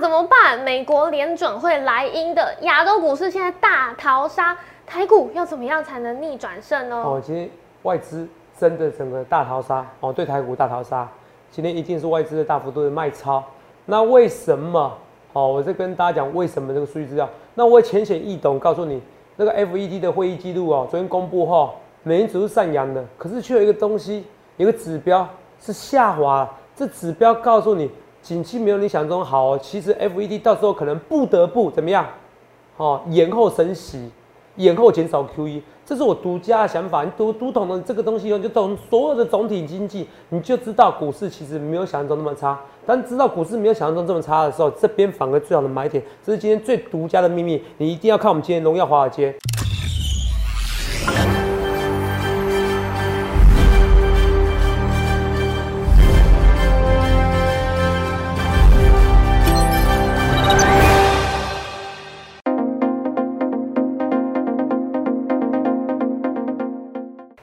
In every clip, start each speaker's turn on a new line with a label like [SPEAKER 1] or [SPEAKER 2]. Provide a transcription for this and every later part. [SPEAKER 1] 怎么办？美国联准会来阴的，亚洲股市现在大逃杀，台股要怎么样才能逆转胜呢？
[SPEAKER 2] 哦，其实外资真的整个大逃杀哦，对台股大逃杀，今天一定是外资的大幅度的卖超。那为什么？哦，我在跟大家讲为什么这个数据资料。那我也浅显易懂告诉你，那个 FED 的会议记录哦，昨天公布后、美元指数上扬的，可是却有一个东西，有一个指标是下滑。这指标告诉你，景气没有你想中好哦。其实 FED 到时候可能不得不怎么样？哦，延后升息，延后减少 QE，这是我独家的想法。你读读懂了这个东西以后，你就懂所有的总体经济，你就知道股市其实没有想象中那么差。当知道股市没有想象中这么差的时候，这边反而最好的买点，这是今天最独家的秘密。你一定要看我们今天荣耀华尔街。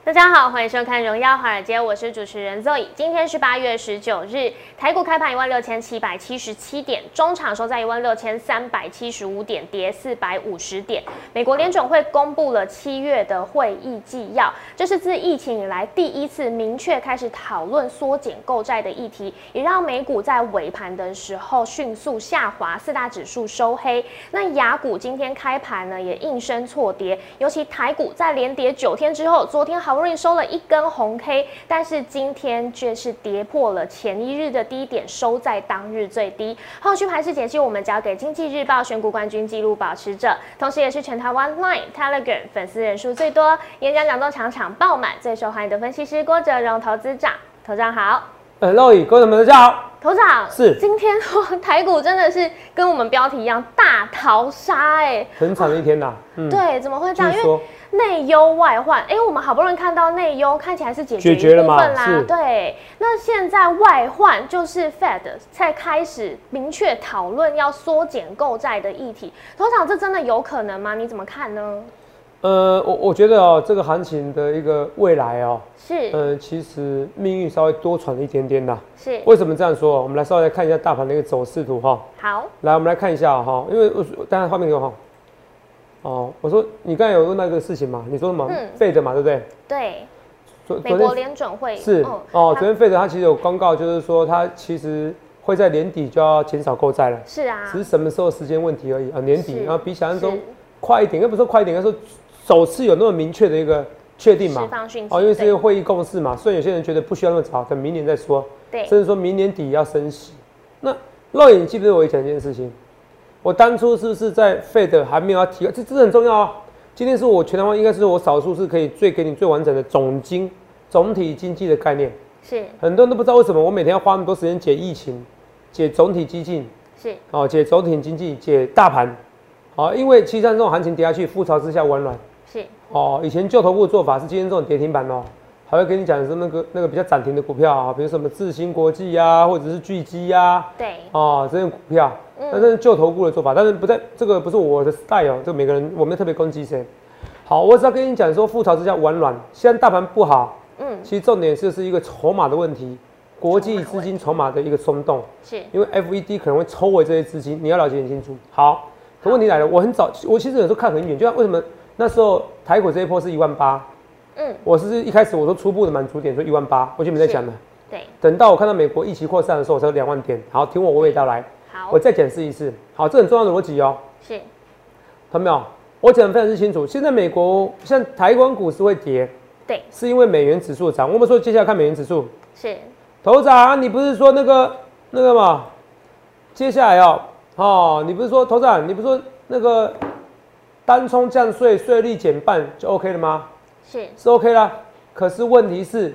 [SPEAKER 1] 大家好，欢迎收看《荣耀华尔街》，我是主持人 Zoe。今天是八月十九日，台股开盘一万六千七百七十七点，中场收在一万六千三百七十五点，跌四百五十点。美国联准会公布了七月的会议纪要，这是自疫情以来第一次明确开始讨论缩减购债的议题，也让美股在尾盘的时候迅速下滑，四大指数收黑。那雅股今天开盘呢，也应声错跌，尤其台股在连跌九天之后，昨天好不容易收了一根红 K，但是今天却是跌破了前一日的低点，收在当日最低。后续盘势解析，我们交给经济日报选股冠军纪录保持者，同时也是全台湾 Line、Telegram 粉丝人数最多、演讲讲座场场爆满、最受欢迎的分析师郭哲荣投资长。投资长好。
[SPEAKER 2] 呃，肉宇，各位朋友们，大家好。
[SPEAKER 1] 头长
[SPEAKER 2] 是
[SPEAKER 1] 今天 台股真的是跟我们标题一样大逃杀哎、
[SPEAKER 2] 很惨的一天呐、嗯，
[SPEAKER 1] 对，怎么会这
[SPEAKER 2] 继
[SPEAKER 1] 样？
[SPEAKER 2] 续
[SPEAKER 1] 因为
[SPEAKER 2] 说，
[SPEAKER 1] 内忧外患，哎、我们好不容易看到内忧看起来是解决
[SPEAKER 2] 解决
[SPEAKER 1] 一
[SPEAKER 2] 了
[SPEAKER 1] 部
[SPEAKER 2] 嘛
[SPEAKER 1] 分啦
[SPEAKER 2] 是，
[SPEAKER 1] 对。那现在外患就是 Fed 在开始明确讨论要缩减购债的议题，头长这真的有可能吗？你怎么看呢？
[SPEAKER 2] 呃，我我觉得哦，这个行情的一个未来哦，
[SPEAKER 1] 是、
[SPEAKER 2] 呃，其实命运稍微多舛了一点点呐、
[SPEAKER 1] 是，
[SPEAKER 2] 为什么这样说？我们来稍微来看一下大盘的一个走势图哈。
[SPEAKER 1] 好，
[SPEAKER 2] 来，我们来看一下哈，因为我当然画面给我哈。哦，我说你刚才有问到一个事情嘛？你说什么
[SPEAKER 1] 嗯？
[SPEAKER 2] 费德嘛，对不对？
[SPEAKER 1] 对，
[SPEAKER 2] 呃昨
[SPEAKER 1] 美国联准会
[SPEAKER 2] 是
[SPEAKER 1] 嗯
[SPEAKER 2] 哦，昨
[SPEAKER 1] 它
[SPEAKER 2] 天费德他其实有公告，就是说他其实会在年底就要减少购债了，
[SPEAKER 1] 是啊
[SPEAKER 2] 只，是什么时候时间问题而已啊。年底，
[SPEAKER 1] 是
[SPEAKER 2] 然后比想象中
[SPEAKER 1] 是
[SPEAKER 2] 快一点，又不是说快一点，应该说首次有那么明确的一个确定
[SPEAKER 1] 释
[SPEAKER 2] 嘛。
[SPEAKER 1] 放讯息，
[SPEAKER 2] 哦，因为是一
[SPEAKER 1] 对
[SPEAKER 2] 个会议共识嘛，所以有些人觉得不需要那么早，等明年再说。
[SPEAKER 1] 对
[SPEAKER 2] 甚至说明年底要升息。那肉眼，你记不记得我讲一件事情？我当初是不是在 Fed 还没有要提，这这很重要哦。今天是我全台湾应该是我少数是可以最给你最完整的总经总体经济的概念。
[SPEAKER 1] 是
[SPEAKER 2] 很多人都不知道为什么我每天要花那么多时间解疫情、解总体基金、
[SPEAKER 1] 是
[SPEAKER 2] 哦解总体经济、解大盘，哦，因为其实像这种行情跌下去，覆巢之下无完卵。
[SPEAKER 1] 是
[SPEAKER 2] 哦，以前旧头部的做法是今天这种跌停板哦，还会跟你讲的是那个那个比较涨停的股票啊，比如什么智新国际啊，或者是巨基呀、
[SPEAKER 1] 对
[SPEAKER 2] 啊，哦，这些股票，
[SPEAKER 1] 嗯
[SPEAKER 2] 那这是旧头部的做法，但是不在这个不是我的 style，哦这个每个人我没有特别攻击谁。好，我只要跟你讲说，覆巢之下无完卵，现在大盘不好，
[SPEAKER 1] 嗯
[SPEAKER 2] 其实重点就是一个筹码的问题，国际资金筹码的一个松动。
[SPEAKER 1] 是
[SPEAKER 2] 因为 FED 可能会抽回这些资金，你要了解很清楚。好，可问题来了，我很早，我其实有时候看很远，就像为什么那时候台股这一波是一万八，
[SPEAKER 1] 嗯
[SPEAKER 2] 我是一开始我说初步的满足点说一万八，我就没再讲了。
[SPEAKER 1] 对
[SPEAKER 2] 等到我看到美国疫情扩散的时候，我才两万点。好，听我娓娓道来，
[SPEAKER 1] 好
[SPEAKER 2] 我再解释一次。好，这很重要的逻辑哦，
[SPEAKER 1] 是
[SPEAKER 2] 看到没有？我讲的非常之清楚。现在美国像台湾股市会跌，
[SPEAKER 1] 对
[SPEAKER 2] 是因为美元指数涨。我们说接下来看美元指数，
[SPEAKER 1] 是
[SPEAKER 2] 头长，你不是说那个那个嘛？接下来哦，哦，你不是说头长，你不是说那个单冲降税税率减半就 OK 了吗？
[SPEAKER 1] 是
[SPEAKER 2] 是 OK 啦。可是问题是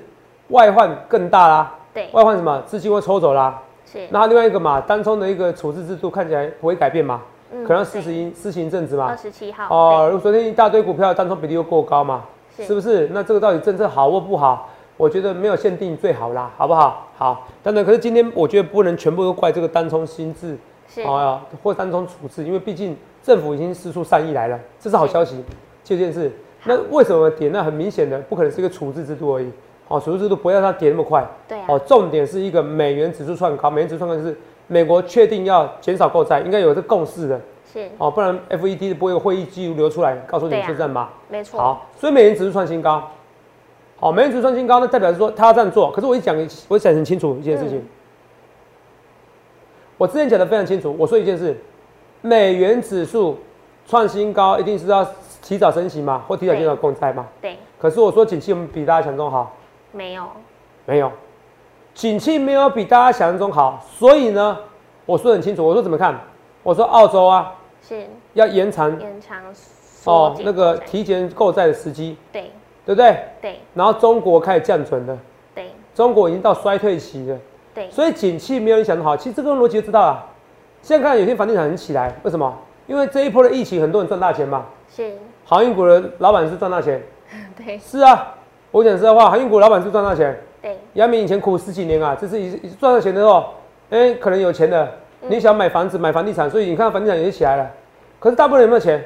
[SPEAKER 2] 外患更大啦，
[SPEAKER 1] 对
[SPEAKER 2] 外患什么？资金会抽走啦。
[SPEAKER 1] 是
[SPEAKER 2] 那它另外一个嘛，单冲的一个处置制度看起来不会改变嘛，
[SPEAKER 1] 嗯
[SPEAKER 2] 可能四
[SPEAKER 1] 对啊
[SPEAKER 2] 十一四行一阵子嘛
[SPEAKER 1] 二。十七号
[SPEAKER 2] 哦，如果昨天一大堆股票单冲比例又过高嘛，
[SPEAKER 1] 是
[SPEAKER 2] 是不是？那这个到底政策好或不好？我觉得没有限定最好啦，好不好？好，当然，可是今天我觉得不能全部都怪这个单冲心智
[SPEAKER 1] 是
[SPEAKER 2] 哦呀，或单冲处置，因为毕竟政府已经施出善意来了，这是好消息，这件事。那为什么跌？那很明显的，不可能是一个处置制度而已。哦，处置制度不要让它跌那么快。
[SPEAKER 1] 对啊
[SPEAKER 2] 哦，重点是一个美元指数创高，美元指数创高就是美国确定要减少购债，应该有这共识的
[SPEAKER 1] 是
[SPEAKER 2] 哦，不然 FED 是不会有会议记录流出来告诉你
[SPEAKER 1] 对啊
[SPEAKER 2] 就这嘛。
[SPEAKER 1] 没错。
[SPEAKER 2] 好，所以美元指数创新高，好，美元指数创新高，那代表是说它要这样做。可是我一讲，我讲很清楚一件事情，
[SPEAKER 1] 嗯
[SPEAKER 2] 我之前讲的非常清楚，我说一件事，美元指数创新高一定是要提早升息嘛，或提早
[SPEAKER 1] 对
[SPEAKER 2] 减少共债嘛。
[SPEAKER 1] 对，
[SPEAKER 2] 可是我说景气我们比大家想中好，
[SPEAKER 1] 没有，
[SPEAKER 2] 没有，景气没有比大家想象中好，所以呢，我说得很清楚，我说怎么看？我说澳洲啊，
[SPEAKER 1] 是
[SPEAKER 2] 要延长
[SPEAKER 1] 延长缩
[SPEAKER 2] 嗯哦
[SPEAKER 1] 减
[SPEAKER 2] 那个
[SPEAKER 1] 对
[SPEAKER 2] 提前购债的时机，
[SPEAKER 1] 对
[SPEAKER 2] 对不对？
[SPEAKER 1] 对
[SPEAKER 2] 然后中国开始降准了，
[SPEAKER 1] 对
[SPEAKER 2] 中国已经到衰退期了，
[SPEAKER 1] 对，
[SPEAKER 2] 所以景气没有你想的好。其实这个逻辑就知道了。现在看有些房地产很起来，为什么？因为这一波的疫情，很多人赚大钱嘛。
[SPEAKER 1] 是，
[SPEAKER 2] 航运股的老板是赚大钱，
[SPEAKER 1] 对
[SPEAKER 2] 是啊，我讲实在话，航运股老板是赚大钱。
[SPEAKER 1] 对
[SPEAKER 2] 杨明以前苦十几年啊，这是一赚到钱之后，哎、可能有钱的，你想买房子、买房地产，所以你看房地产也起来了。可是大部分人有没有钱？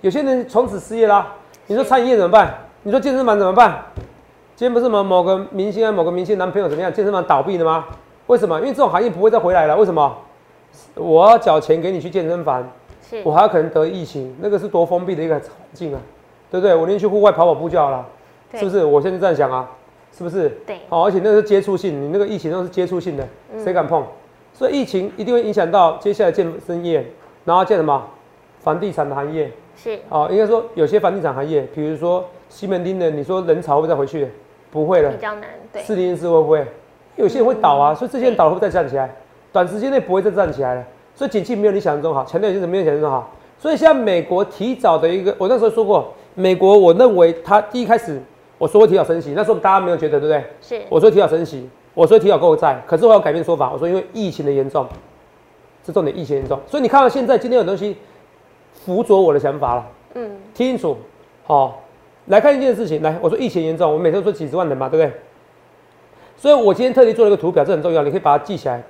[SPEAKER 2] 有些人从此失业啦。你说餐饮业怎么办？你说健身房怎么办？今天不是某某个明星啊，某个明星男朋友怎么样？健身房倒闭了吗？为什么？因为这种行业不会再回来了。为什么？我要缴钱给你去健身房，
[SPEAKER 1] 是
[SPEAKER 2] 我还有可能得疫情，那个是多封闭的一个环境啊，对不对？我连去户外跑跑步就好了，
[SPEAKER 1] 对
[SPEAKER 2] 是不是？我现在这样想啊，是不是？
[SPEAKER 1] 对嗯
[SPEAKER 2] 哦，而且那是接触性，你那个疫情都是接触性的，谁敢碰？所以疫情一定会影响到接下来健身业，然后建什么房地产的行业
[SPEAKER 1] 是
[SPEAKER 2] 哦，应该说有些房地产行业，比如说西门町的，你说人潮会不会再回去？不会了
[SPEAKER 1] 比，较难，对
[SPEAKER 2] 四零四会不会？有些人会倒啊，所以这些人倒了会不会再站起来？短时间内不会再站起来了，所以景气没有你想象中好，强调就是没有想象中好。所以像美国提早的一个，我那时候说过，美国我认为它第一开始我说会提早升息，那时候大家没有觉得，对不对？
[SPEAKER 1] 是
[SPEAKER 2] 我说提早升息，我说提早购债，可是我要改变说法，我说因为疫情的严重，这重点疫情严重，所以你看到现在今天有东西辅佐我的想法了，
[SPEAKER 1] 嗯
[SPEAKER 2] 听清楚，好、来看一件事情，来，我说疫情严重，我每次都说几十万人嘛，对不对？所以我今天特地做了一个图表，这很重要，你可以把它记起来，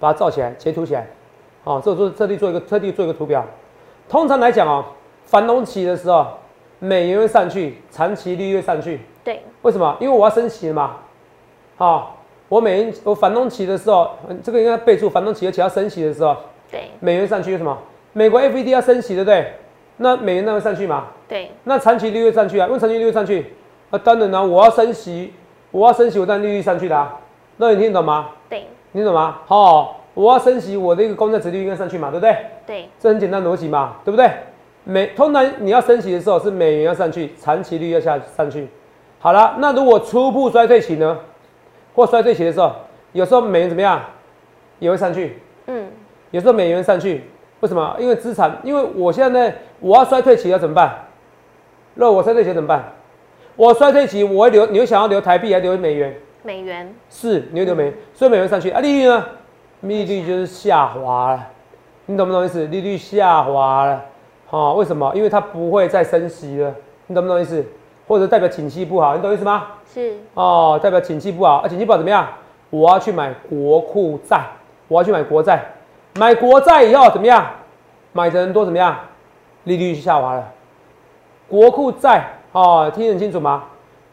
[SPEAKER 2] 把它照起来，截图起来，好、这我做特地做一个特地做一个图表。通常来讲哦，繁荣期的时候，美元会上去，长期利率会上去，
[SPEAKER 1] 对
[SPEAKER 2] 为什么？因为我要升息了嘛。好、我美元我反动期的时候，嗯这个应该备注，反动期而且要升息的时候，
[SPEAKER 1] 对
[SPEAKER 2] 美元上去为什么？美国 FED 要升息，对不对？那美元那会上去嘛？
[SPEAKER 1] 对
[SPEAKER 2] 那长期利率上去啊？因为长期利率上去，啊，当然啦、我要升息，我要升息，我当然利率上去啦、那你听得懂吗？
[SPEAKER 1] 对
[SPEAKER 2] 你听得懂吗？哦，我要升息，我的一个公债殖利率应该上去嘛，对不对？
[SPEAKER 1] 对
[SPEAKER 2] 这很简单的逻辑嘛，对不对？美通常你要升息的时候是美元要上去，长期率要下上去。好了，那如果初步衰退期呢，或衰退期的时候，有时候美元怎么样也会上去，
[SPEAKER 1] 嗯
[SPEAKER 2] 有时候美元上去，为什么？因为资产，因为我现在呢我要衰退期要怎么办？那我衰退期怎么办？我衰退期我会留，你会想要留台币还是留美元？
[SPEAKER 1] 美元
[SPEAKER 2] 是，你会留美元，所以美元上去啊，利率呢？利率就是下滑了，你懂不懂意思？利率下滑了，好、为什么？因为它不会再升息了，你懂不懂意思？或者代表景气不好，你懂意思吗？
[SPEAKER 1] 是
[SPEAKER 2] 哦，代表景气不好，啊，景气不好怎么样？我要去买国库债，我要去买国债，买国债以后怎么样？买的人多怎么样？利率下滑了，国库债哦，听得很清楚吗？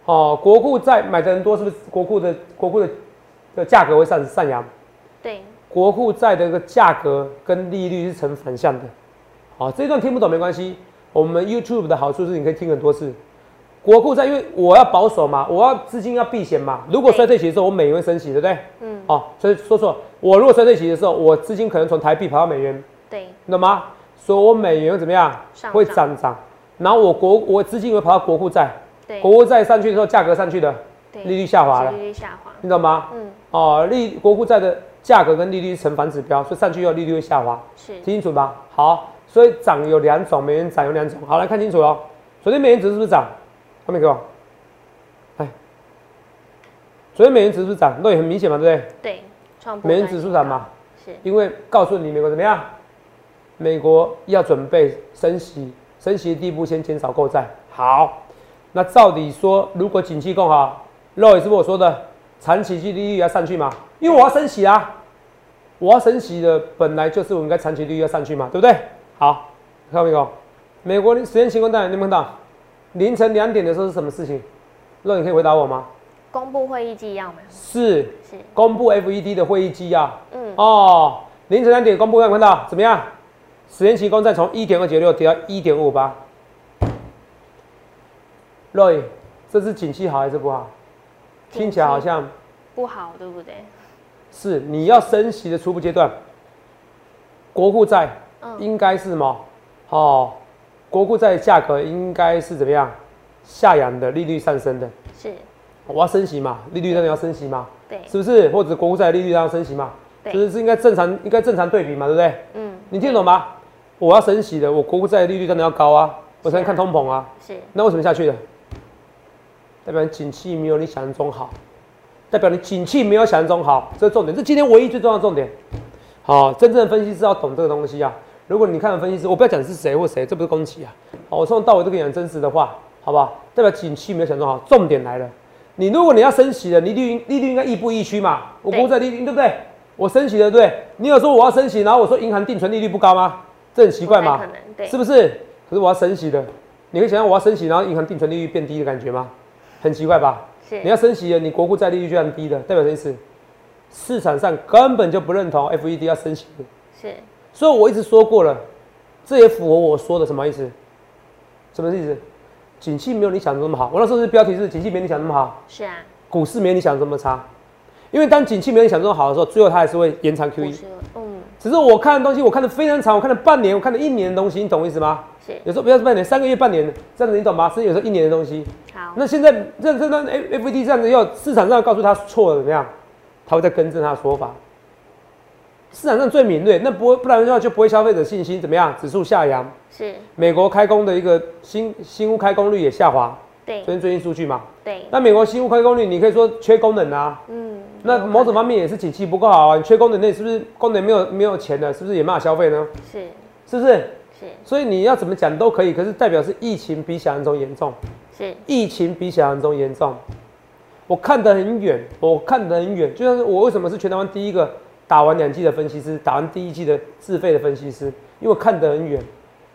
[SPEAKER 2] 哦，国库债买的人多，是不是国库的国库的的价格会上上扬？
[SPEAKER 1] 对
[SPEAKER 2] 国库债的一个价格跟利率是成反向的。好、这一段听不懂没关系，我们 YouTube 的好处是你可以听很多次。国库债，因为我要保守嘛，我要资金要避险嘛。如果
[SPEAKER 1] 对
[SPEAKER 2] 衰退期的时候，我美元会升息，对不对？
[SPEAKER 1] 嗯
[SPEAKER 2] 哦，所以说错，我如果衰退期的时候，我资金可能从台币跑到美元，
[SPEAKER 1] 对
[SPEAKER 2] 你懂吗？所以我美元会怎么样
[SPEAKER 1] 上？
[SPEAKER 2] 会
[SPEAKER 1] 涨
[SPEAKER 2] 涨涨。然后我国我资金会跑到国库债，
[SPEAKER 1] 对
[SPEAKER 2] 国库债上去的时候，价格上去的，
[SPEAKER 1] 对
[SPEAKER 2] 利率下滑了
[SPEAKER 1] 利率下滑，
[SPEAKER 2] 你懂吗？
[SPEAKER 1] 嗯
[SPEAKER 2] 哦，利国库债的价格跟利率是成反指标，所以上去以后利率会下滑，
[SPEAKER 1] 是
[SPEAKER 2] 听清楚吧？好，所以涨有两种，美元涨有两种。好，来看清楚哦。昨天美元指数是不是涨？他没给我，哎，昨天美元指数是不是涨，那也很明显嘛，对不对？
[SPEAKER 1] 对创波
[SPEAKER 2] 美元
[SPEAKER 1] 段
[SPEAKER 2] 指数
[SPEAKER 1] 新
[SPEAKER 2] 涨
[SPEAKER 1] 高
[SPEAKER 2] 嘛，
[SPEAKER 1] 是
[SPEAKER 2] 因为告诉你美国怎么样，美国要准备升息，升息的第一步先减少购债。好，那照理说，如果景气更好，肉也是不是我说的，长期利率要上去嘛，因为我要升息啊，我要升息的本来就是我们该长期利率要上去嘛，对不对？好，看到没有？美国时间情况带，你有没有看到？凌晨两点的时候是什么事情？肉，你可以回答我吗？
[SPEAKER 1] 公布会议纪要嘛，
[SPEAKER 2] 是
[SPEAKER 1] 是
[SPEAKER 2] E 公布 FED 的会议纪要。
[SPEAKER 1] 嗯
[SPEAKER 2] 哦，凌晨两点公布，有没有看到怎么样？十年期公债从一点二九六跌到一点五八。Roy，这是景气好还是不好？听起来好像
[SPEAKER 1] 不好，对不对？
[SPEAKER 2] 是你要升息的初步阶段，国库债
[SPEAKER 1] 嗯
[SPEAKER 2] 应该是嘛？哦，国库债的价格应该是怎么样？下扬的，利率上升的。
[SPEAKER 1] 是，
[SPEAKER 2] 我要升息嘛，利率当然要升息嘛，
[SPEAKER 1] 对，
[SPEAKER 2] 是不是？或者国库债的利率当然要升息嘛，
[SPEAKER 1] 对
[SPEAKER 2] 就是是应该正常，应该正常对比嘛，对不对？
[SPEAKER 1] 嗯，
[SPEAKER 2] 你听得懂吗？我要升息的，我国库债的利率当然要高啊，我才能看通膨啊。
[SPEAKER 1] 是，
[SPEAKER 2] 那为什么下去的？代表你景气没有你想象中好，代表你景气没有想象中好，这是重点，这今天唯一最重要的重点。好、真正的分析师要懂这个东西啊。如果你看了分析师，我不要讲是谁或谁，这不是攻击啊。好，我从头到尾都跟你讲真实的话，好不好？代表景气没有想象中好，重点来了。你如果你要升息的，你利率利率应该亦步亦趋嘛。我
[SPEAKER 1] 对
[SPEAKER 2] 国债利率对不对？我升息的对不对，你有说我要升息，然后我说银行定存利率不高吗？这很奇怪嘛
[SPEAKER 1] 不太可能，对，
[SPEAKER 2] 是不是？可是我要升息的，你可以想象我要升息，然后银行定存利率变低的感觉吗？很奇怪吧？
[SPEAKER 1] 是
[SPEAKER 2] 你要升息了，你国库债利率居然低的，代表什么意思？市场上根本就不认同 FED 要升息的，
[SPEAKER 1] 是，
[SPEAKER 2] 所以我一直说过了，这也符合我说的什么意思？什么意思？景气没有你想的那么好。我那时候是标题是景气没你想的那么好，
[SPEAKER 1] 是啊，
[SPEAKER 2] 股市没你想的这么差，因为当景气没有你想中好的时候，最后它还是会延长
[SPEAKER 1] 五
[SPEAKER 2] QE。
[SPEAKER 1] 十，嗯，
[SPEAKER 2] 只是我看的东西，我看的非常长，我看了半年，我看了一年的东西，你懂我意思吗？
[SPEAKER 1] 是，
[SPEAKER 2] 有时候不要是半年，三个月、半年这样子，你懂吗？甚至有时候一年的东西。
[SPEAKER 1] 好，
[SPEAKER 2] 那现在认真的 F F D 这样子要市场上告诉他错了怎么样，他会再更正他的说法。市场上最敏锐，那不会不然的话就不会消费者信心怎么样，指数下扬，
[SPEAKER 1] 是，
[SPEAKER 2] 美国开工的一个新新屋开工率也下滑，
[SPEAKER 1] 对
[SPEAKER 2] 昨，天最近数据嘛。
[SPEAKER 1] 对，
[SPEAKER 2] 那美国新屋开工率，你可以说缺工人啊，
[SPEAKER 1] 嗯，
[SPEAKER 2] 那某种方面也是景气不够好啊，你缺工人，那你是不是工人没有没有钱了，是不是也没法消费呢？
[SPEAKER 1] 是
[SPEAKER 2] 是不是？
[SPEAKER 1] 是
[SPEAKER 2] 所以你要怎么讲都可以，可是代表是疫情比想象中严重，
[SPEAKER 1] 是，
[SPEAKER 2] 疫情比想象中严重。我看得很远，我看得很远，就像是我为什么是全台湾第一个打完两季的分析师，打完第一季的自费的分析师，因为我看得很远。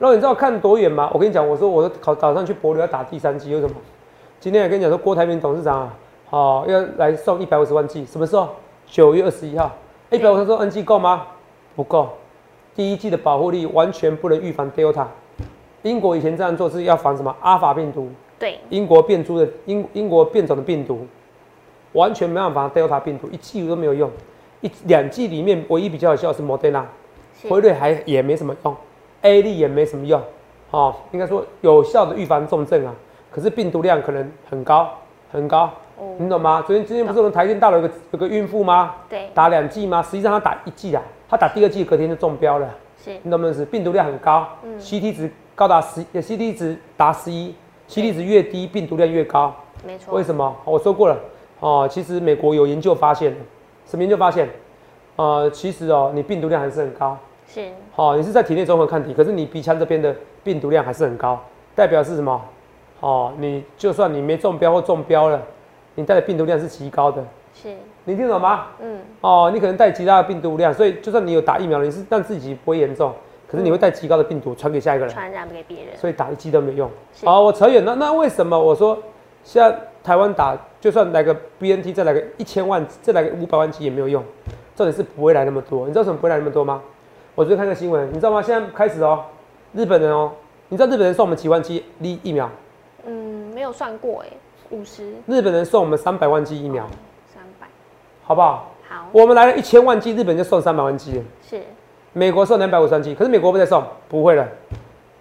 [SPEAKER 2] 然后你知道看多远吗？我跟你讲，我说我考打算去博流要打第三季，为什么？今天也跟你讲说，郭台铭董事长啊，哦要来送一百五十万剂，什么时候？九月二十一号。一百五十万剂够吗？不够。第一季的保护力完全不能预防 Delta。英国以前这样做是要防什么？阿法病毒，
[SPEAKER 1] 对，
[SPEAKER 2] 英国变株的英英国变种的病毒，完全没办法防 Delta 病毒，一剂都没有用。一两剂里面唯一比较有效是 Moderna，
[SPEAKER 1] 是
[SPEAKER 2] 辉瑞还也没什么用，A 力也没什么用，哦，应该说有效的预防重症啊，可是病毒量可能很高很高，
[SPEAKER 1] 哦
[SPEAKER 2] 你懂吗？昨天今天不是我们台电大楼有个有个孕妇吗？
[SPEAKER 1] 对，
[SPEAKER 2] 打两剂吗？实际上她打一剂啊，她打第二剂隔天就中标了，
[SPEAKER 1] 是
[SPEAKER 2] 你懂不懂意思？病毒量很高、
[SPEAKER 1] 嗯
[SPEAKER 2] c t 值高达十呃，CT 值达十一，CT 值越低，病毒量越高。
[SPEAKER 1] 没错
[SPEAKER 2] 为，什么？我说过了哦，其实美国有研究发现，什么研究发现？呃，其实哦，你病毒量还是很高。
[SPEAKER 1] 是
[SPEAKER 2] 好、你是在体内综合抗体，可是你鼻腔这边的病毒量还是很高，代表是什么？哦，你就算你没中标或中标了，你带的病毒量是极高的，
[SPEAKER 1] 是，
[SPEAKER 2] 你听懂吗？
[SPEAKER 1] 嗯，
[SPEAKER 2] 哦，你可能带极大的病毒量，所以就算你有打疫苗，你是让自己不会严重，可是你会带极高的病毒传给下一个人，
[SPEAKER 1] 传染给别人，
[SPEAKER 2] 所以打一剂都没用。
[SPEAKER 1] 是
[SPEAKER 2] 好、我扯远了，那为什么我说现在台湾打就算来个 BNT，再来个一千万，再来个五百万剂也没有用，重点是不会来那么多。你知道为什么不会来那么多吗？我昨天看个新闻，你知道吗？现在开始哦，日本人哦，你知道日本人送我们几万剂疫疫苗，
[SPEAKER 1] 嗯，没有算过哎，五十哦
[SPEAKER 2] 日本人送我们三百万剂疫苗，
[SPEAKER 1] 三百，
[SPEAKER 2] 好不好？
[SPEAKER 1] 好，
[SPEAKER 2] 我们来了一千万剂，日本就送三百万剂了。
[SPEAKER 1] 是
[SPEAKER 2] 美国送两百五十三 G，可是美国不再送，不会了。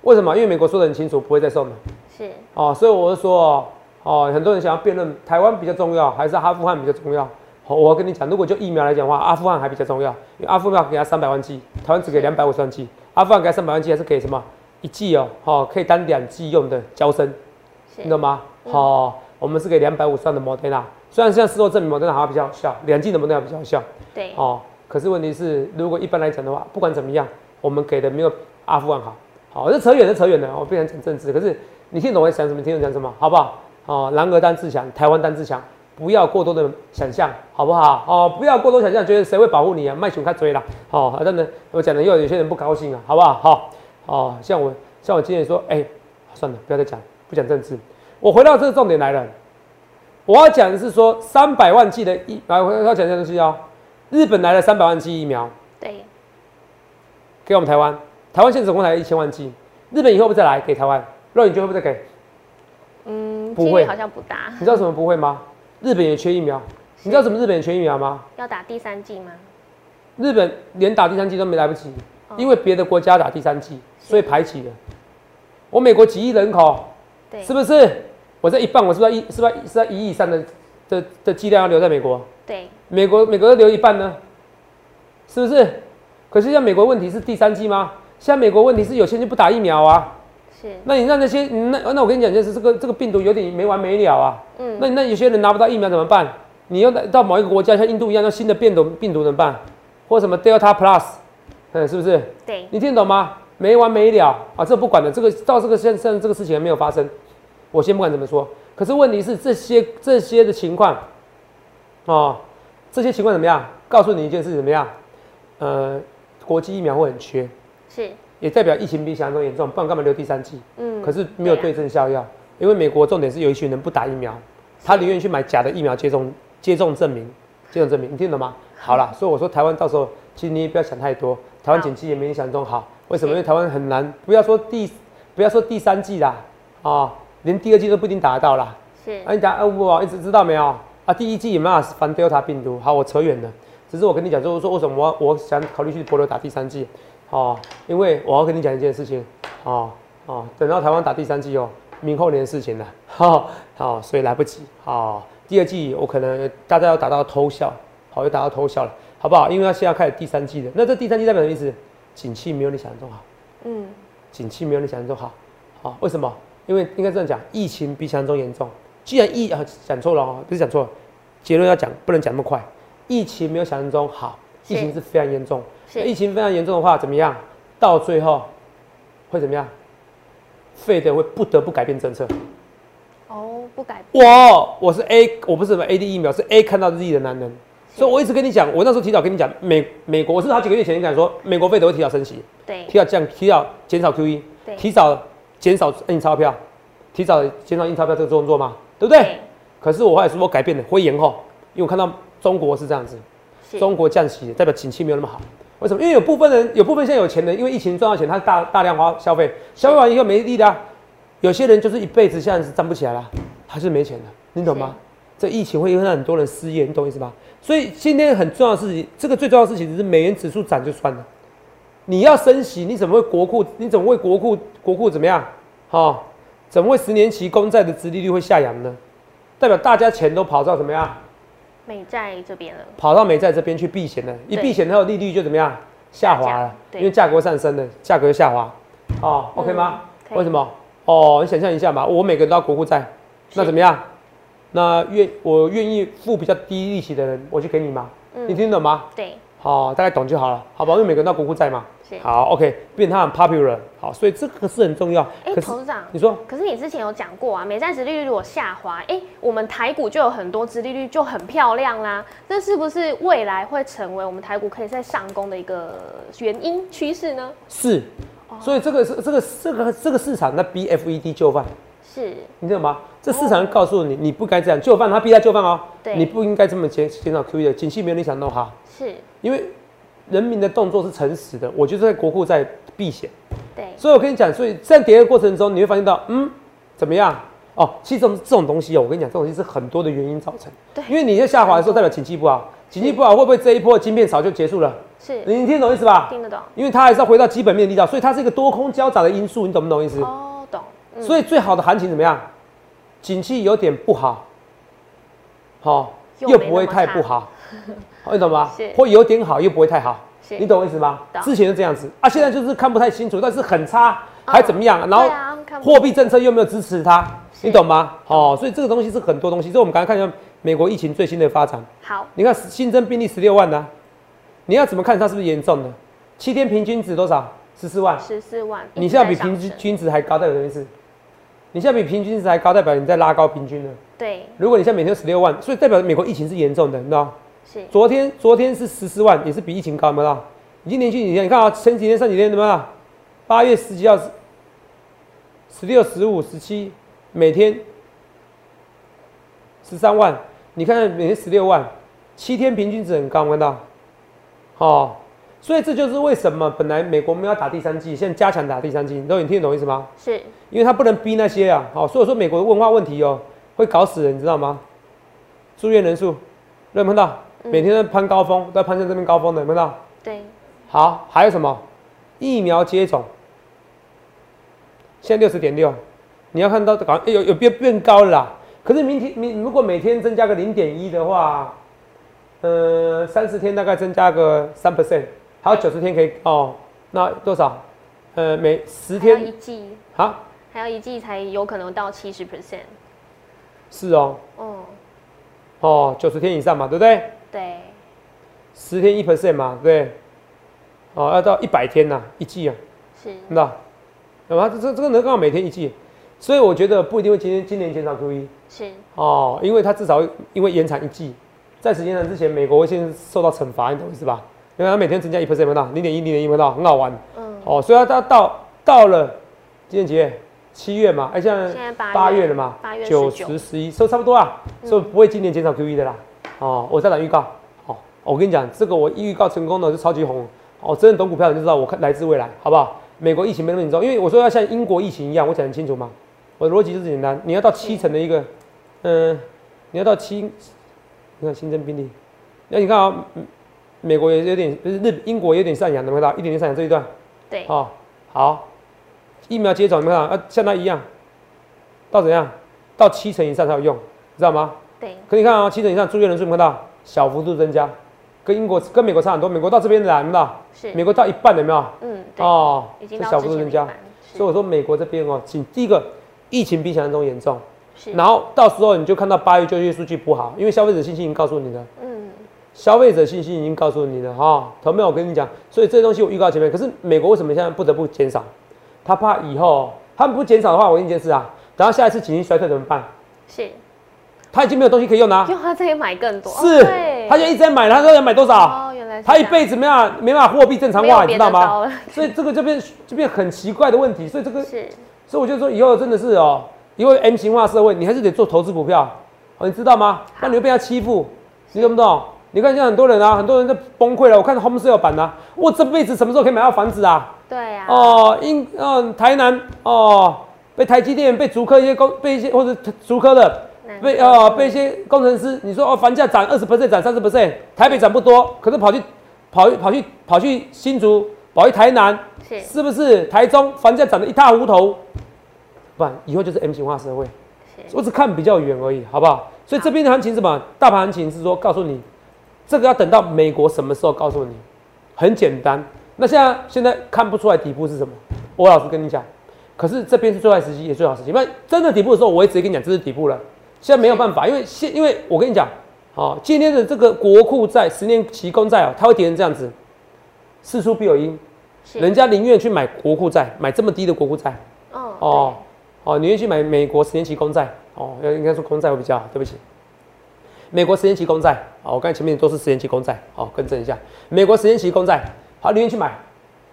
[SPEAKER 2] 为什么？因为美国说的很清楚，不会再送了。
[SPEAKER 1] 是
[SPEAKER 2] 哦，所以我就说哦，哦，很多人想要辩论台湾比较重要，还是阿富汗比较重要？好，我跟你讲，如果就疫苗来讲的话，阿富汗还比较重要，因为阿富汗给他三百万剂，台湾只给两百五十万剂，阿富汗给他三百万剂还是给什么一剂哦，哦，可以当两剂用的胶身，你
[SPEAKER 1] 是
[SPEAKER 2] 懂吗？好、我们是给两百五十万的摩天娜，虽然现在事后证明摩天娜好像比较有效，两剂的摩天娜比较有效，
[SPEAKER 1] 对，
[SPEAKER 2] 哦，可是问题是，如果一般来讲的话，不管怎么样，我们给的没有阿富汗好。好，这扯远了，这扯远了，哦我不想讲政治。可是你听懂我在想什么，听懂讲什么，好不好？哦，狼儿当自强，台湾当自强，不要过多的想象，好不好？哦，不要过多想象，觉得谁会保护你啊？卖熊开追啦。哦，啊当然，我讲的又有些人不高兴啊，好不好？好、哦，像我，像我今天说，哎、算了，不要再讲，不讲政治。我回到这个重点来了，我要讲的是说三百万剂的疫，来，我要讲这个东西哦。日本来了三百万剂疫苗，
[SPEAKER 1] 对，
[SPEAKER 2] 给我们台湾，台湾现在总共才一千万剂，日本以后会不会再来给台湾？肉眼觉得会不会再给？
[SPEAKER 1] 嗯，
[SPEAKER 2] 不
[SPEAKER 1] 几率
[SPEAKER 2] 会
[SPEAKER 1] 好像不大，
[SPEAKER 2] 你知道什么不会吗？日本也缺疫苗，你知道什么日本也缺疫苗吗？
[SPEAKER 1] 要打第三剂吗？
[SPEAKER 2] 日本连打第三剂都没来不及，因为别的国家打第三剂，所以排挤了。我美国几亿人口，
[SPEAKER 1] 对，
[SPEAKER 2] 是不是？我这一半，我是不是要一是不是要是在一亿以上的的的剂量要留在美国？
[SPEAKER 1] 对，
[SPEAKER 2] 美国美国都留一半呢，是不是？可是像美国问题是第三剂吗？现在美国问题是有些人就不打疫苗啊，
[SPEAKER 1] 是，
[SPEAKER 2] 那你让那些你那那我跟你讲就是这个这个病毒有点没完没了啊，
[SPEAKER 1] 嗯，
[SPEAKER 2] 那你那有些人拿不到疫苗怎么办？你又到某一个国家像印度一样，那新的变种病毒怎么办？或什么 Delta Plus，嗯，是不是？
[SPEAKER 1] 对，
[SPEAKER 2] 你听得懂吗？没完没了啊！这不管了，这个到这个现在这个事情还没有发生，我先不管怎么说。可是问题是这些这些的情况，哦，这些情况怎么样？告诉你一件事，怎么样？呃，国际疫苗会很缺，
[SPEAKER 1] 是，
[SPEAKER 2] 也代表疫情比想象中严重，不然干嘛留第三季？
[SPEAKER 1] 嗯，
[SPEAKER 2] 可是没有对症下药，因为美国重点是有一群人不打疫苗，他宁愿去买假的疫苗接种接种证明，接种证明，你听懂吗？好啦，所以我说台湾到时候其实你也不要想太多，台湾
[SPEAKER 1] 好
[SPEAKER 2] 经济也没你想中好，为什么？
[SPEAKER 1] 是
[SPEAKER 2] 因为台湾很难，不要说第不要说第三季啦，啊、连第二季都不一定打得到啦。
[SPEAKER 1] 是
[SPEAKER 2] 啊，你打我一直知道没有啊？第一季有没有反 Delta 病毒？好，我扯远了。只是我跟你讲，就是说为什么我我想考虑去博流打第三季哦，因为我要跟你讲一件事情哦哦，等到台湾打第三季哦，明后年的事情了，哈、哦哦，所以来不及哦。第二季我可能大家要打到偷笑，好，又打到偷笑了，好不好？因为要现在要开始第三季了，那这第三季代表什么意思？景气没有你想象中好。
[SPEAKER 1] 嗯，
[SPEAKER 2] 景气没有你想象中好。好、为什么？因为应该这样讲，疫情比想象中严重。既然疫啊讲错了哦，不是讲错了，结论要讲不能讲那么快。疫情没有想象中好，
[SPEAKER 1] 是
[SPEAKER 2] 疫情是非常严重。
[SPEAKER 1] 是
[SPEAKER 2] 那疫情非常严重的话，怎么样？到最后会怎么样？费的会不得不改变政策。
[SPEAKER 1] 哦，不改，
[SPEAKER 2] 我我是 A，我不是什么 A D 疫苗，是 A 看到 Z 的男人，
[SPEAKER 1] 是
[SPEAKER 2] 所以我一直跟你讲，我那时候提早跟你讲，美美国，我是好几个月前跟你讲说，美国费德会提早升息，
[SPEAKER 1] 对，
[SPEAKER 2] 提早降，提早减少 QE，
[SPEAKER 1] 对
[SPEAKER 2] 提早减少印钞票，提早减少印钞票这个动作嘛，对不对？可是我后来说我改变了，会延后，因为我看到中国是这样子，
[SPEAKER 1] 是，
[SPEAKER 2] 中国降息代表景气没有那么好。为什么？因为有部分人，有部分现在有钱人，因为疫情赚到钱，他大大量花消费，消费完以后没力的、啊，有些人就是一辈子现在是站不起来了，他是没钱的，你懂吗？这疫情会让很多人失业，你懂我意思吗？所以今天很重要的事情，这个最重要的事情就是美元指数涨就算了，你要升息，你怎么会国库？你怎么会国库国库怎么样？哦，怎么会十年期公债的殖利率会下扬呢？代表大家钱都跑到怎么样？
[SPEAKER 1] 美债这边了，
[SPEAKER 2] 跑到美债这边去避险了，一
[SPEAKER 1] 对
[SPEAKER 2] 避险它的利率就怎么样下滑
[SPEAKER 1] 下
[SPEAKER 2] 了
[SPEAKER 1] 降，对嗯
[SPEAKER 2] 因为价格上升了，价格下滑，哦，OK 吗？
[SPEAKER 1] 可以
[SPEAKER 2] 为什么？哦，你想象一下嘛，我每个人都要国库债，那
[SPEAKER 1] 是
[SPEAKER 2] 怎么样？那愿我愿意付比较低利息的人，我去给你吗？
[SPEAKER 1] 嗯
[SPEAKER 2] 你听懂吗？
[SPEAKER 1] 对，
[SPEAKER 2] 哦，大概懂就好了，好吧？因为每个人都要国库债嘛。
[SPEAKER 1] 是。
[SPEAKER 2] 好，OK，变它很 popular，好，所以这个是很重要。
[SPEAKER 1] 哎，
[SPEAKER 2] 可是
[SPEAKER 1] 董事长，
[SPEAKER 2] 你说
[SPEAKER 1] 可是你之前有讲过啊，美债殖利率如果下滑，哎、我们台股就有很多殖利率就很漂亮啦。这是不是未来会成为我们台股可以再上攻的一个原因趋势呢？
[SPEAKER 2] 是，
[SPEAKER 1] 哦
[SPEAKER 2] 所以这个是这个这个这个市场那 BFED 就范。
[SPEAKER 1] 是，
[SPEAKER 2] 你知道吗？这市场告诉你，你不该这样就范，他逼他就范哦。
[SPEAKER 1] 哦对
[SPEAKER 2] 你不应该这么减减少 QE 的，景气没有你想弄好，
[SPEAKER 1] 是，
[SPEAKER 2] 因为人民的动作是诚实的。我就是在国库在避险，
[SPEAKER 1] 对，
[SPEAKER 2] 所以我跟你讲，所以在跌的过程中，你会发现到，嗯，怎么样？哦，其实这种这种东西哦，我跟你讲，这种东西是很多的原因造成。
[SPEAKER 1] 对
[SPEAKER 2] 因为你在下滑的时候，代表景气不好，景气不好会不会这一波晶片潮就结束了？
[SPEAKER 1] 是，
[SPEAKER 2] 你听懂意思吧？
[SPEAKER 1] 听得懂。
[SPEAKER 2] 因为它还是要回到基本面的力道，所以它是一个多空交杂的因素，你懂不懂意思？
[SPEAKER 1] 哦，懂。嗯，
[SPEAKER 2] 所以最好的行情怎么样？景气有点不好，好、
[SPEAKER 1] 又
[SPEAKER 2] 又
[SPEAKER 1] 没
[SPEAKER 2] 不会
[SPEAKER 1] 那么
[SPEAKER 2] 太
[SPEAKER 1] 差
[SPEAKER 2] 不好， 好你懂吗
[SPEAKER 1] 是？
[SPEAKER 2] 或有点好，又不会太好，
[SPEAKER 1] 是
[SPEAKER 2] 你懂我意思吗
[SPEAKER 1] 懂？
[SPEAKER 2] 之前是这样子啊，现在就是看不太清楚，但是很差，还怎么样？
[SPEAKER 1] 嗯
[SPEAKER 2] 然后
[SPEAKER 1] 对啊看不
[SPEAKER 2] 货币政策又没有支持它，
[SPEAKER 1] 是
[SPEAKER 2] 你懂吗？哦，所以这个东西是很多东西，所以我们刚才看一下美国疫情最新的发展，
[SPEAKER 1] 好，
[SPEAKER 2] 你看新增病例十六万呢、你要怎么看它是不是严重的？七天平均值多少？十四万。
[SPEAKER 1] 十四万，
[SPEAKER 2] 你现在比
[SPEAKER 1] 一直
[SPEAKER 2] 平
[SPEAKER 1] 上
[SPEAKER 2] 均
[SPEAKER 1] 升
[SPEAKER 2] 均值还高，代表什么意思？你现在比平均值还高，代表你在拉高平均了。
[SPEAKER 1] 对，
[SPEAKER 2] 如果你现在每天十六万，所以代表美国疫情是严重的，你知道吗？
[SPEAKER 1] 是，
[SPEAKER 2] 昨天昨天是十四万，也是比疫情高，有没有？已经连续几天，你看啊，前几天、上几天怎么样？八月十几号、十六、十五、十七，每天十三万，你看每天十六万，七天平均值很高，有没有看到？哦，所以这就是为什么本来美国没有打第三季，现在加强打第三季，你都你听得懂意思吗？
[SPEAKER 1] 是
[SPEAKER 2] 因为他不能逼那些啊，哦，所以说美国的文化问题哦，会搞死人，你知道吗？住院人数，有没有碰到？
[SPEAKER 1] 嗯
[SPEAKER 2] 每天都攀高峰，都在攀升这边高峰的，有没有碰到？
[SPEAKER 1] 对，
[SPEAKER 2] 好，还有什么？疫苗接种，现在六十点六，你要看到搞、欸、有有变变高了啦。可是明天明如果每天增加个零点一的话，呃，三十天大概增加个三 percent，还有九十天可以哦。那多少？呃，每十
[SPEAKER 1] 还要一
[SPEAKER 2] 天
[SPEAKER 1] 季，
[SPEAKER 2] 啊，
[SPEAKER 1] 还要一季才有可能到七十 percent。
[SPEAKER 2] 是哦，
[SPEAKER 1] 哦，
[SPEAKER 2] 哦，九十天以上嘛，对不对？
[SPEAKER 1] 对，
[SPEAKER 2] 十天一 percent 嘛，对不对？哦，要到一百天呐、一季啊。
[SPEAKER 1] 是
[SPEAKER 2] 那，那啊么这这这个能刚好每天一季，所以我觉得不一定会今天今年减少 QE
[SPEAKER 1] 是，
[SPEAKER 2] 哦，因为它至少因为延长一季，在时间长之前，美国会先受到惩罚，你懂意思吧？因为它每天增加一 percent 到零点一零点一到很好玩
[SPEAKER 1] 嗯，
[SPEAKER 2] 哦，所以它到到到了今年几月？七月嘛，哎、像
[SPEAKER 1] 现在八
[SPEAKER 2] 八
[SPEAKER 1] 月
[SPEAKER 2] 月了嘛
[SPEAKER 1] 八月，
[SPEAKER 2] 九
[SPEAKER 1] 19
[SPEAKER 2] 十十一，所以差不多啊，所以不会今年减少 QE 的啦。哦，我再打预告，哦，我跟你讲，这个我一预告成功的就超级红。哦，真的懂股票的就知道，我看来自未来，好不好？美国疫情没那么严重，因为我说要像英国疫情一样，我讲得很清楚嘛。我的逻辑就是简单，你要到七成的一个，嗯、你要到七，你看新增病例，那你看啊、嗯美国也有点，不是日英国也有点上扬，能看到一点点上扬这一段，
[SPEAKER 1] 对，
[SPEAKER 2] 哦，好，疫苗接种怎么样？要啊像它一样，到怎样？到七成以上才有用，知道吗？
[SPEAKER 1] 对，
[SPEAKER 2] 可你看啊、七成以上住院人数有没有看到小幅度增加？跟英国跟美国差很多，美国到这边的啦，有没有看到？美
[SPEAKER 1] 是，
[SPEAKER 2] 国到一半有没有？
[SPEAKER 1] 嗯，对，
[SPEAKER 2] 哦
[SPEAKER 1] 已经
[SPEAKER 2] 这
[SPEAKER 1] 到
[SPEAKER 2] 小
[SPEAKER 1] 之
[SPEAKER 2] 幅度
[SPEAKER 1] 前的
[SPEAKER 2] 增
[SPEAKER 1] 一
[SPEAKER 2] 加。
[SPEAKER 1] 半，是
[SPEAKER 2] 所以我说美国这边哦，请第一个疫情比想象中严重，
[SPEAKER 1] 是，
[SPEAKER 2] 然后到时候你就看到八月就业数据不好，因为消费者信心已经告诉你了。
[SPEAKER 1] 嗯，
[SPEAKER 2] 消费者信心已经告诉你了哈，投妹，我跟你讲，所以这东西我预告前面，可是美国为什么现在不得不减少？他怕以后他们不减少的话，我跟你解释啊，等到下一次经济衰退怎么办？
[SPEAKER 1] 是，
[SPEAKER 2] 他已经没有东西可以用了、啊，
[SPEAKER 1] 用它这里买更多，
[SPEAKER 2] 是
[SPEAKER 1] 哦对，，
[SPEAKER 2] 他就一直在买，他到底要买多少？
[SPEAKER 1] 哦，原来是
[SPEAKER 2] 他
[SPEAKER 1] 这
[SPEAKER 2] 一
[SPEAKER 1] 样
[SPEAKER 2] 辈子没办法没办法货币正常
[SPEAKER 1] 没有
[SPEAKER 2] 化，你
[SPEAKER 1] 别
[SPEAKER 2] 知
[SPEAKER 1] 的
[SPEAKER 2] 道吗？
[SPEAKER 1] 招了
[SPEAKER 2] 所以这个就变就变很奇怪的问题，所以这个
[SPEAKER 1] 是，
[SPEAKER 2] 所以我就说以后真的是哦，因为 M 型化社会，你还是得做投资股票，哦，你知道吗？不然你会被他欺负，你懂不懂？你看现在很多人啊，很多人都崩溃了。我看 Home Sale 版啊，我这辈子什么时候可以买到房子啊？
[SPEAKER 1] 对啊，
[SPEAKER 2] 哦，因嗯、台南哦，被台积电、被竹科一些工、被一些或者竹科的
[SPEAKER 1] 难
[SPEAKER 2] 被
[SPEAKER 1] 怪
[SPEAKER 2] 哦被一些工程师，你说哦房价涨二十 percent、涨三十 percent，台北涨不多，可是跑去跑去跑去跑去新竹、跑去台南，
[SPEAKER 1] 是
[SPEAKER 2] 是不是？台中房价涨得一塌糊涂，不然以后就是 M 型化社会。
[SPEAKER 1] 是，
[SPEAKER 2] 我只看比较远而已，好不好？所以这边的行情是什么？大盘行情是说告诉你，这个要等到美国什么时候告诉你，很简单。那现在现在看不出来底部是什么，我老实跟你讲。可是这边是最坏时机，也最好时机。那真的底部的时候，我会直接跟你讲，这是底部了。现在没有办法，因为现因为我跟你讲，哦，今天的这个国库债十年期公债哦，它会跌成这样子，事出必有因，
[SPEAKER 1] 是嗯
[SPEAKER 2] 人家宁愿去买国库债，买这么低的国库债。
[SPEAKER 1] 哦
[SPEAKER 2] 哦，哦，你愿意去买美国十年期公债哦，要应该说公债会比较好，对不起。美国十年期公债，哦，我刚才前面都是十年期公债，哦，更正一下，美国十年期公债，好，你愿意去买，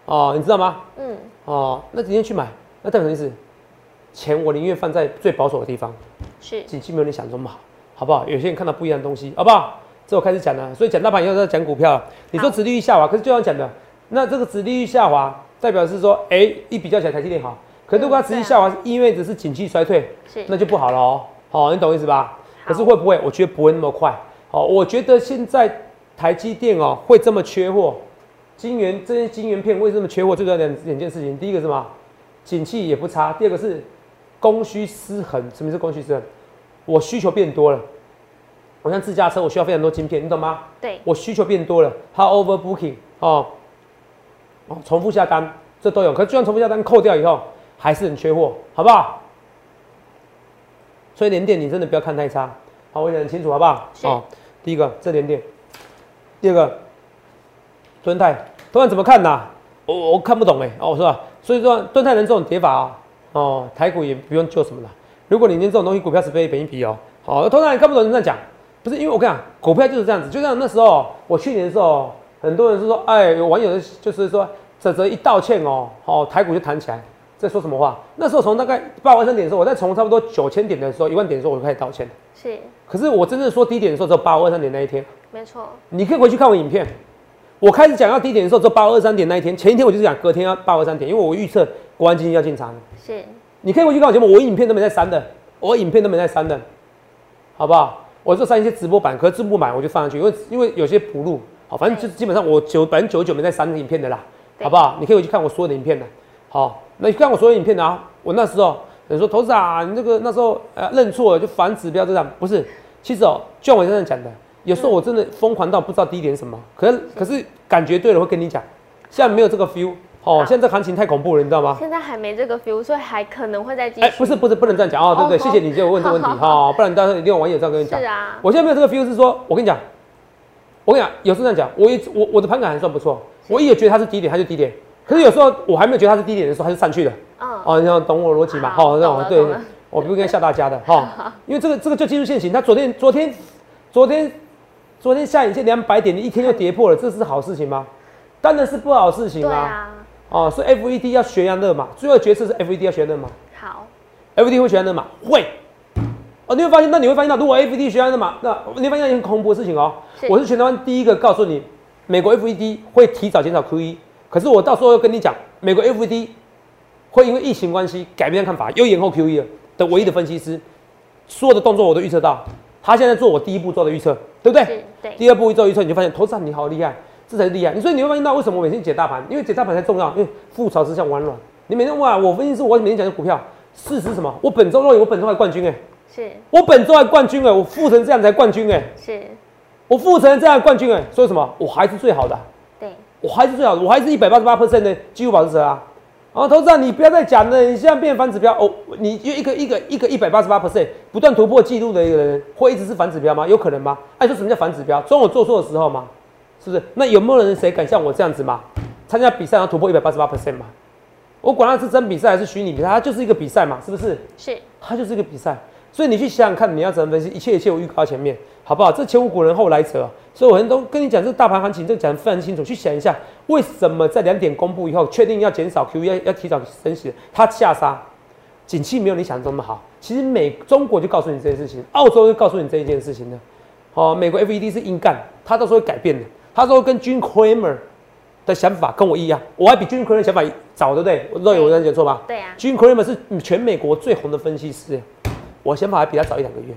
[SPEAKER 2] 哦，你知道吗？
[SPEAKER 1] 对嗯，
[SPEAKER 2] 哦，那你愿意去买，那代表什么意思？钱我宁愿放在最保守的地方，
[SPEAKER 1] 是，
[SPEAKER 2] 景气没有你想中好，好不好？有些人看到不一样的东西，好不好？这我开始讲了，所以讲大盘以后再讲股票了。你说
[SPEAKER 1] 好
[SPEAKER 2] 殖利率下滑，可是就像讲的，那这个殖利率下滑代表是说，哎、一比较起来台积电好，可是如果它
[SPEAKER 1] 嗯
[SPEAKER 2] 持续
[SPEAKER 1] 对啊
[SPEAKER 2] 下滑，因为只是景气衰退，
[SPEAKER 1] 是
[SPEAKER 2] 那就不好了哦。好、你懂意思吧？
[SPEAKER 1] 好
[SPEAKER 2] 可是会不会？我觉得不会那么快。好、我觉得现在台积电哦会这么缺货，晶圆这些晶圆片为什么缺货？最重要的两两件事情，第一个是什么？景气也不差。第二个是供需失衡。什么是供需失衡？我需求变多了，我像自驾车，我需要非常多晶片，你懂吗？
[SPEAKER 1] 对，
[SPEAKER 2] 我需求变多了，它 overbooking 哦，哦，重复下单，这都有。可是就算重复下单扣掉以后，还是很缺货，好不好？所以连电你真的不要看太差，好，我讲得很清楚，好不好？哦
[SPEAKER 1] 是，
[SPEAKER 2] 第一个这连电，第二个敦泰，敦泰怎么看呐、我我看不懂哎、哦，是吧？所以说敦泰能这种跌法啊、哦，台股也不用救什么了。如果你连这种东西股票是被本一比哦，好、通常你看不懂人这样讲，不是因为我跟你讲，股票就是这样子，就像那时候我去年的时候，很多人是说，哎，有网友就是说，泽泽一道歉哦，哦，台股就弹起来，在说什么话？那时候从大概八万三点的时候，我在从差不多九千点的时候，一万点的时候，我就开始道歉。
[SPEAKER 1] 是，
[SPEAKER 2] 可是我真正说低点的时候，只有八万三点那一天。
[SPEAKER 1] 没错，
[SPEAKER 2] 你可以回去看我影片，我开始讲要低点的时候，只有八二三点那一天，前一天我就是讲隔天要八二三点，因为我预测国安基金要进场。
[SPEAKER 1] 是
[SPEAKER 2] 你可以回去看我节目，我影片都没在删的，我影片都没在删的，好不好？我就删一些直播版，可是字幕版我就放上去，因为因为有些补录，好，反正就基本上我九百分之九十九没在删影片的啦，
[SPEAKER 1] 对
[SPEAKER 2] 好不好？你可以回去看我所有的影片的，好，那你看我所有的影片的啊，我那时候有人说投资啊，你这个那时候呃认错了就反指标这样，不是，其实哦，就像我这样讲的，有
[SPEAKER 1] 嗯
[SPEAKER 2] 时候我真的疯狂到不知道第一点什么，可是可是感觉对了会跟你讲，现在没有这个 feel，哦
[SPEAKER 1] 好，
[SPEAKER 2] 现在这行情太恐怖了，你知道吗？
[SPEAKER 1] 现在还没这个 feel，所以还可能会再继
[SPEAKER 2] 哦哎、
[SPEAKER 1] 续。
[SPEAKER 2] 不是不是，不能这样讲哦，对不对？
[SPEAKER 1] 哦
[SPEAKER 2] 谢谢你这个问这个问题哈、哦，不然你到时候一定要网友这样跟你讲
[SPEAKER 1] 是。啊，
[SPEAKER 2] 我现在没有这个 feel，是说我跟你讲，我跟你讲，有时候这样讲，我也我我的盘感还算不错，我也觉得它是低点，它就低点。可是有时候我还没有觉得它是低点的时候，它就上去了。
[SPEAKER 1] 嗯，
[SPEAKER 2] 哦，你要懂我逻辑嘛？
[SPEAKER 1] 好
[SPEAKER 2] 哈，那
[SPEAKER 1] 懂
[SPEAKER 2] 我
[SPEAKER 1] 了
[SPEAKER 2] 对
[SPEAKER 1] 懂了，
[SPEAKER 2] 我不应该吓大家的 哈，因为这个这个就技术线型，它昨天昨天昨天昨天下影线两百点，你一天就跌破了，这是好事情吗？当然是不好事情
[SPEAKER 1] 对
[SPEAKER 2] 啊！
[SPEAKER 1] 啊，
[SPEAKER 2] 哦，所以 FED 要学杨乐嘛，最后的决策是 FED 要学乐嘛。
[SPEAKER 1] 好，
[SPEAKER 2] FD 会学安的码会。哦，你会发现，那你会发现到，如果 FD 学安的码，那你会发现一件很恐怖的事情哦。
[SPEAKER 1] 是
[SPEAKER 2] 我是全台湾第一个告诉你，美国 FED 会提早减少 QE，可是我到时候又跟你讲，美国 FED 会因为疫情关系改变看法，又延后 QE 了的唯一的分析师，所有的动作我都预测到，他现在做我第一步做的预测，对不对？
[SPEAKER 1] 是对，
[SPEAKER 2] 第二步一做预测，你就发现投资人你好厉害，这才是厉害。所以你会发现到为什么我每天解大盘，因为解大盘才重要，因为覆巢之下无完卵。你每天哇，我分析师，我每天讲的股票，事实是什么？我本周肉眼，我本周还冠军哎、
[SPEAKER 1] 是
[SPEAKER 2] 我本周还冠军哎、我负成这样才冠军哎、
[SPEAKER 1] 是，
[SPEAKER 2] 我负成这样才冠军哎、所以什么？我还是最好的啊、
[SPEAKER 1] 对，
[SPEAKER 2] 我还是最好的，我还是一百八十八 percent 的技术保持者啊。啊，投资长，你不要再讲了，你现在变反指标哦，你就一个一个一个一百八十八 percent 不断突破记录的一个人，会一直是反指标吗？有可能吗？哎、说什么叫反指标？总有做错的时候嘛，是不是？那有没有人谁敢像我这样子嘛？参加比赛然后突破一百八十八 percent 嘛？我管他是真比赛还是虚拟比赛，它就是一个比赛嘛，是不是？
[SPEAKER 1] 是
[SPEAKER 2] 它就是一个比赛。所以你去想想看，你要怎么分析，一切一切我预告前面，好不好？这前无古人后来者，啊所以我很都跟你讲，这大盘行情这个讲得非常清楚。去想一下，为什么在两点公布以后，确定要减少 QE，要要提早升息，它下杀，景气没有你想中那么好。其实美中国就告诉你这件事情，澳洲就告诉你这一件事情了。哦，美国 FED 是硬干，他到时候会改变的。他说跟 Jim Cramer 的想法跟我一样，我还比 Jim Cramer 的想法早，对不对？我不知道有人讲错吧？
[SPEAKER 1] 对啊，
[SPEAKER 2] Jim Cramer 是嗯全美国最红的分析师，我想法还比他早一两个月。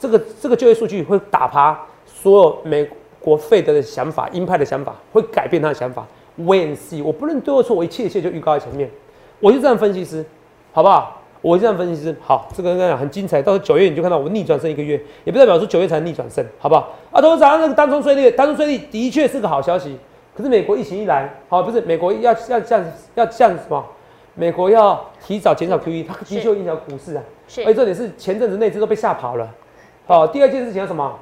[SPEAKER 2] 这个这个就业数据会打趴所有美国费德的想法、鹰派的想法，会改变他的想法。Wait and see，我不论对或错，我一切一切就预告在前面。我就这样分析师，好不好？我就这样分析师，好，这个跟你讲很精彩。到时候九月你就看到我逆转胜一个月，也不代表说九月才逆转胜，好不好？啊，董事长，那个单冲税率，单冲税率的确是个好消息。可是美国疫情一来，好，不是美国要要降要降什么？美国要提早减少 QE，它的确会影响股市啊。
[SPEAKER 1] 是
[SPEAKER 2] 而且重点是前阵子内资都被吓跑了。哦，第二件事情有什么？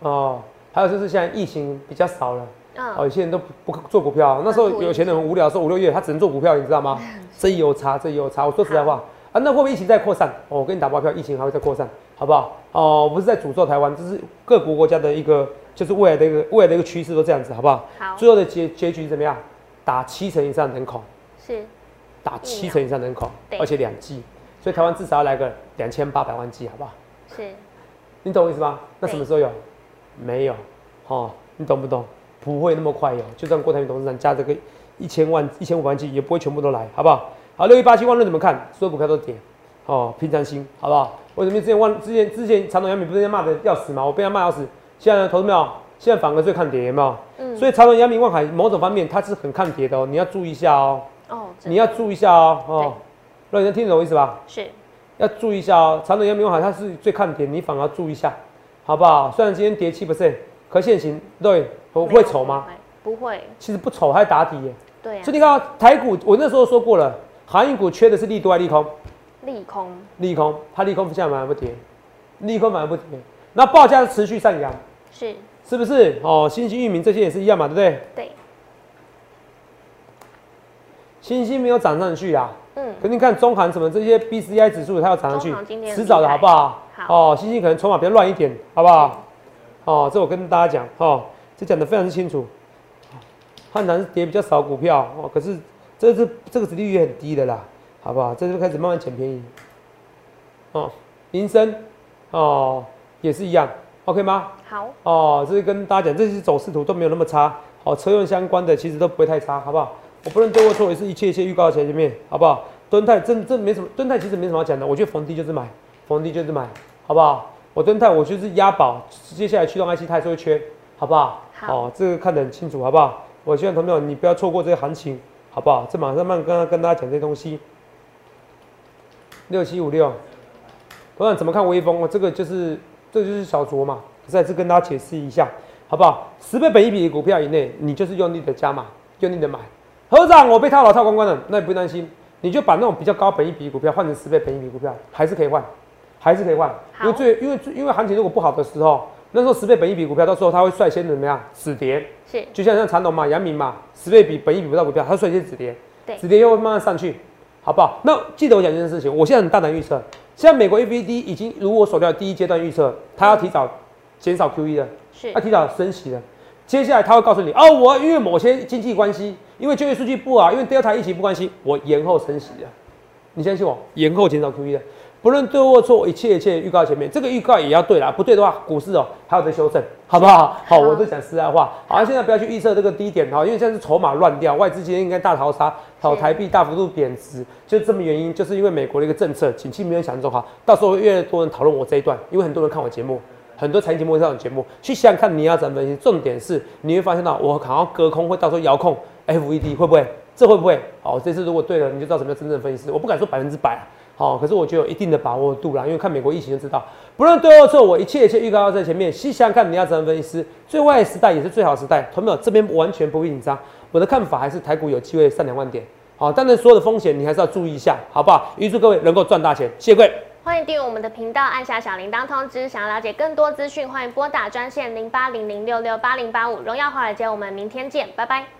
[SPEAKER 2] 哦，还有就是现在疫情比较少了，哦，
[SPEAKER 1] 嗯，
[SPEAKER 2] 有些人都不不做股票。啊那时候
[SPEAKER 1] 很苦
[SPEAKER 2] 有钱人很无聊的时候，五六月他只能做股票，你知道吗？这也有差，这也有差。我说实在话啊，那会不会疫情再扩散？哦，我跟你打包票，疫情还会再扩散，好不好？哦，不是在诅咒台湾，这是各国国家的一个，就是未来的一个未来的一个趋势都这样子，好不好？
[SPEAKER 1] 好，
[SPEAKER 2] 最后的结结局怎么样？打七成以上人口。
[SPEAKER 1] 是
[SPEAKER 2] 打七成以上人口
[SPEAKER 1] 对，
[SPEAKER 2] 而且两剂，所以台湾至少要来个两千八百万剂，好不好？
[SPEAKER 1] 是
[SPEAKER 2] 你懂我意思吗？那
[SPEAKER 1] 对
[SPEAKER 2] 什么时候有？没有，哦，你懂不懂？不会那么快有，就算郭台铭董事长加这个一千万、一千五百万剂，也不会全部都来，好不好？好，六一八七万润怎么看？所有股票都跌，哦，平常心，好不好？为什么之前万之前之前长隆、杨敏不是被骂的要死吗？我被他骂要死，现在呢，投资没有？现在反而最看跌，有没有？
[SPEAKER 1] 嗯
[SPEAKER 2] 所以长隆、杨敏、万海某种方面它是很看跌的哦，你要注意一下哦。
[SPEAKER 1] 哦，
[SPEAKER 2] 你要注意一下哦，哦，那你能听得懂我意思吧？
[SPEAKER 1] 是
[SPEAKER 2] 要注意一下哦，长短阳明好它是最看点，你反而要注意一下，好不好？虽然今天跌七 percent，可现行对，我会丑吗？？
[SPEAKER 1] 不会，
[SPEAKER 2] 其实不丑，还打底耶。
[SPEAKER 1] 对啊
[SPEAKER 2] 所以，你看哦台股，我那时候说过了，航运股缺的是利多还是利空？
[SPEAKER 1] 利空
[SPEAKER 2] 利空，它利空现在反而不跌，利空反而不跌，那报价是持续上扬，
[SPEAKER 1] 是
[SPEAKER 2] 是不是？哦，新兴域名这些也是一样嘛，对不对？
[SPEAKER 1] 对，
[SPEAKER 2] 新兴没有涨上去啊，
[SPEAKER 1] 嗯，
[SPEAKER 2] 可是你看中航什么这些 B C I 指数，它要涨上
[SPEAKER 1] 中航今
[SPEAKER 2] 去，
[SPEAKER 1] 天
[SPEAKER 2] 迟早的
[SPEAKER 1] 很
[SPEAKER 2] 好
[SPEAKER 1] 厉害
[SPEAKER 2] 不好？
[SPEAKER 1] 好
[SPEAKER 2] 哦，星星可能筹码比较乱一点，好不好？哦，这我跟大家讲，哦，这讲的非常清楚。汉南是跌比较少股票，哦，可是这是这个殖利率很低的啦，好不好？这就开始慢慢捡便宜。哦，民生，哦，也是一样，OK 吗？
[SPEAKER 1] 好，
[SPEAKER 2] 哦，这是跟大家讲，这些走势图都没有那么差。好、车用相关的其实都不会太差，好不好？我不论对或错，也是一切一切预告在前面，好不好？敦泰真真没什么，敦泰其实没什么好讲的，我觉得逢低就是买，逢低就是买，好不好？我敦泰我就是押宝，接下来驱动 IC 它还是会缺，好不好？
[SPEAKER 1] 好
[SPEAKER 2] 哦，这个看得很清楚，好不好？我希望同朋友你不要错过这个行情，好不好？这马上慢慢跟跟大家讲这些东西。六七五六，董事长怎么看微风？哦，这个就是这就是小酌嘛，可是还是跟大家解释一下，好不好？十倍本一比的股票以内，你就是用力的加码，用力的买。合长，我被套牢套光光了，那也不用担心，你就把那种比较高本一比的股票换成十倍本一比的股票，还是可以换，还是可以换。因
[SPEAKER 1] 好
[SPEAKER 2] 为最因为最因为行情如果不好的时候，那时候十倍本一比股票，到时候它会率先怎么样止跌？
[SPEAKER 1] 是
[SPEAKER 2] 就像像长隆嘛、阳明嘛，十倍比本一比不到股票，它率先止跌，
[SPEAKER 1] 对
[SPEAKER 2] 止跌又会慢慢上去，好不好？那记得我讲一件事情，我现在很大胆预测，现在美国 FED 已经如我所料，第一阶段预测，它要提早减少 QE 了，
[SPEAKER 1] 是
[SPEAKER 2] 它提早升息了。接下来它会告诉你，哦，我因为某些经济关系，因为就业数据不好，因为 Delta 疫情不关系，我延后升息了。你相信我，延后减少 QE 的，不论对或错，一切一切预告前面，这个预告也要对啦，不对的话，股市哦、还有在修正，好不好？好，
[SPEAKER 1] 好
[SPEAKER 2] 我都讲实在话。好，现在不要去预测这个低点哈，因为现在是筹码乱掉，外资今天应该大逃杀，好，
[SPEAKER 1] 是
[SPEAKER 2] 台币大幅度贬值，就这么原因，就是因为美国的一个政策，景气没有想象中好，到时候越来越多人讨论我这一段，因为很多人看我节目。很多财经节目、这种节目，去想想看你要怎么分析。重点是你会发现到，我好像隔空会到时候遥控 FVD 会不会？这会不会？哦，这次如果对了，你就知道什么叫真正的分析师。我不敢说百分之百啊，好、可是我觉得有一定的把握度啦，因为看美国疫情就知道，不论对或错，我一切一切预告要在前面。细想看你要怎么分析师，最坏的时代也是最好的时代。同没有这边完全不必紧张，我的看法还是台股有机会上两万点。好、当然所有的风险你还是要注意一下，好不好？预祝各位能够赚大钱，谢谢各位。
[SPEAKER 1] 欢迎订阅我们的频道，按下小铃铛通知。想要了解更多资讯，欢迎拨打专线零八零零六六八零八五。荣耀华尔街，我们明天见，拜拜。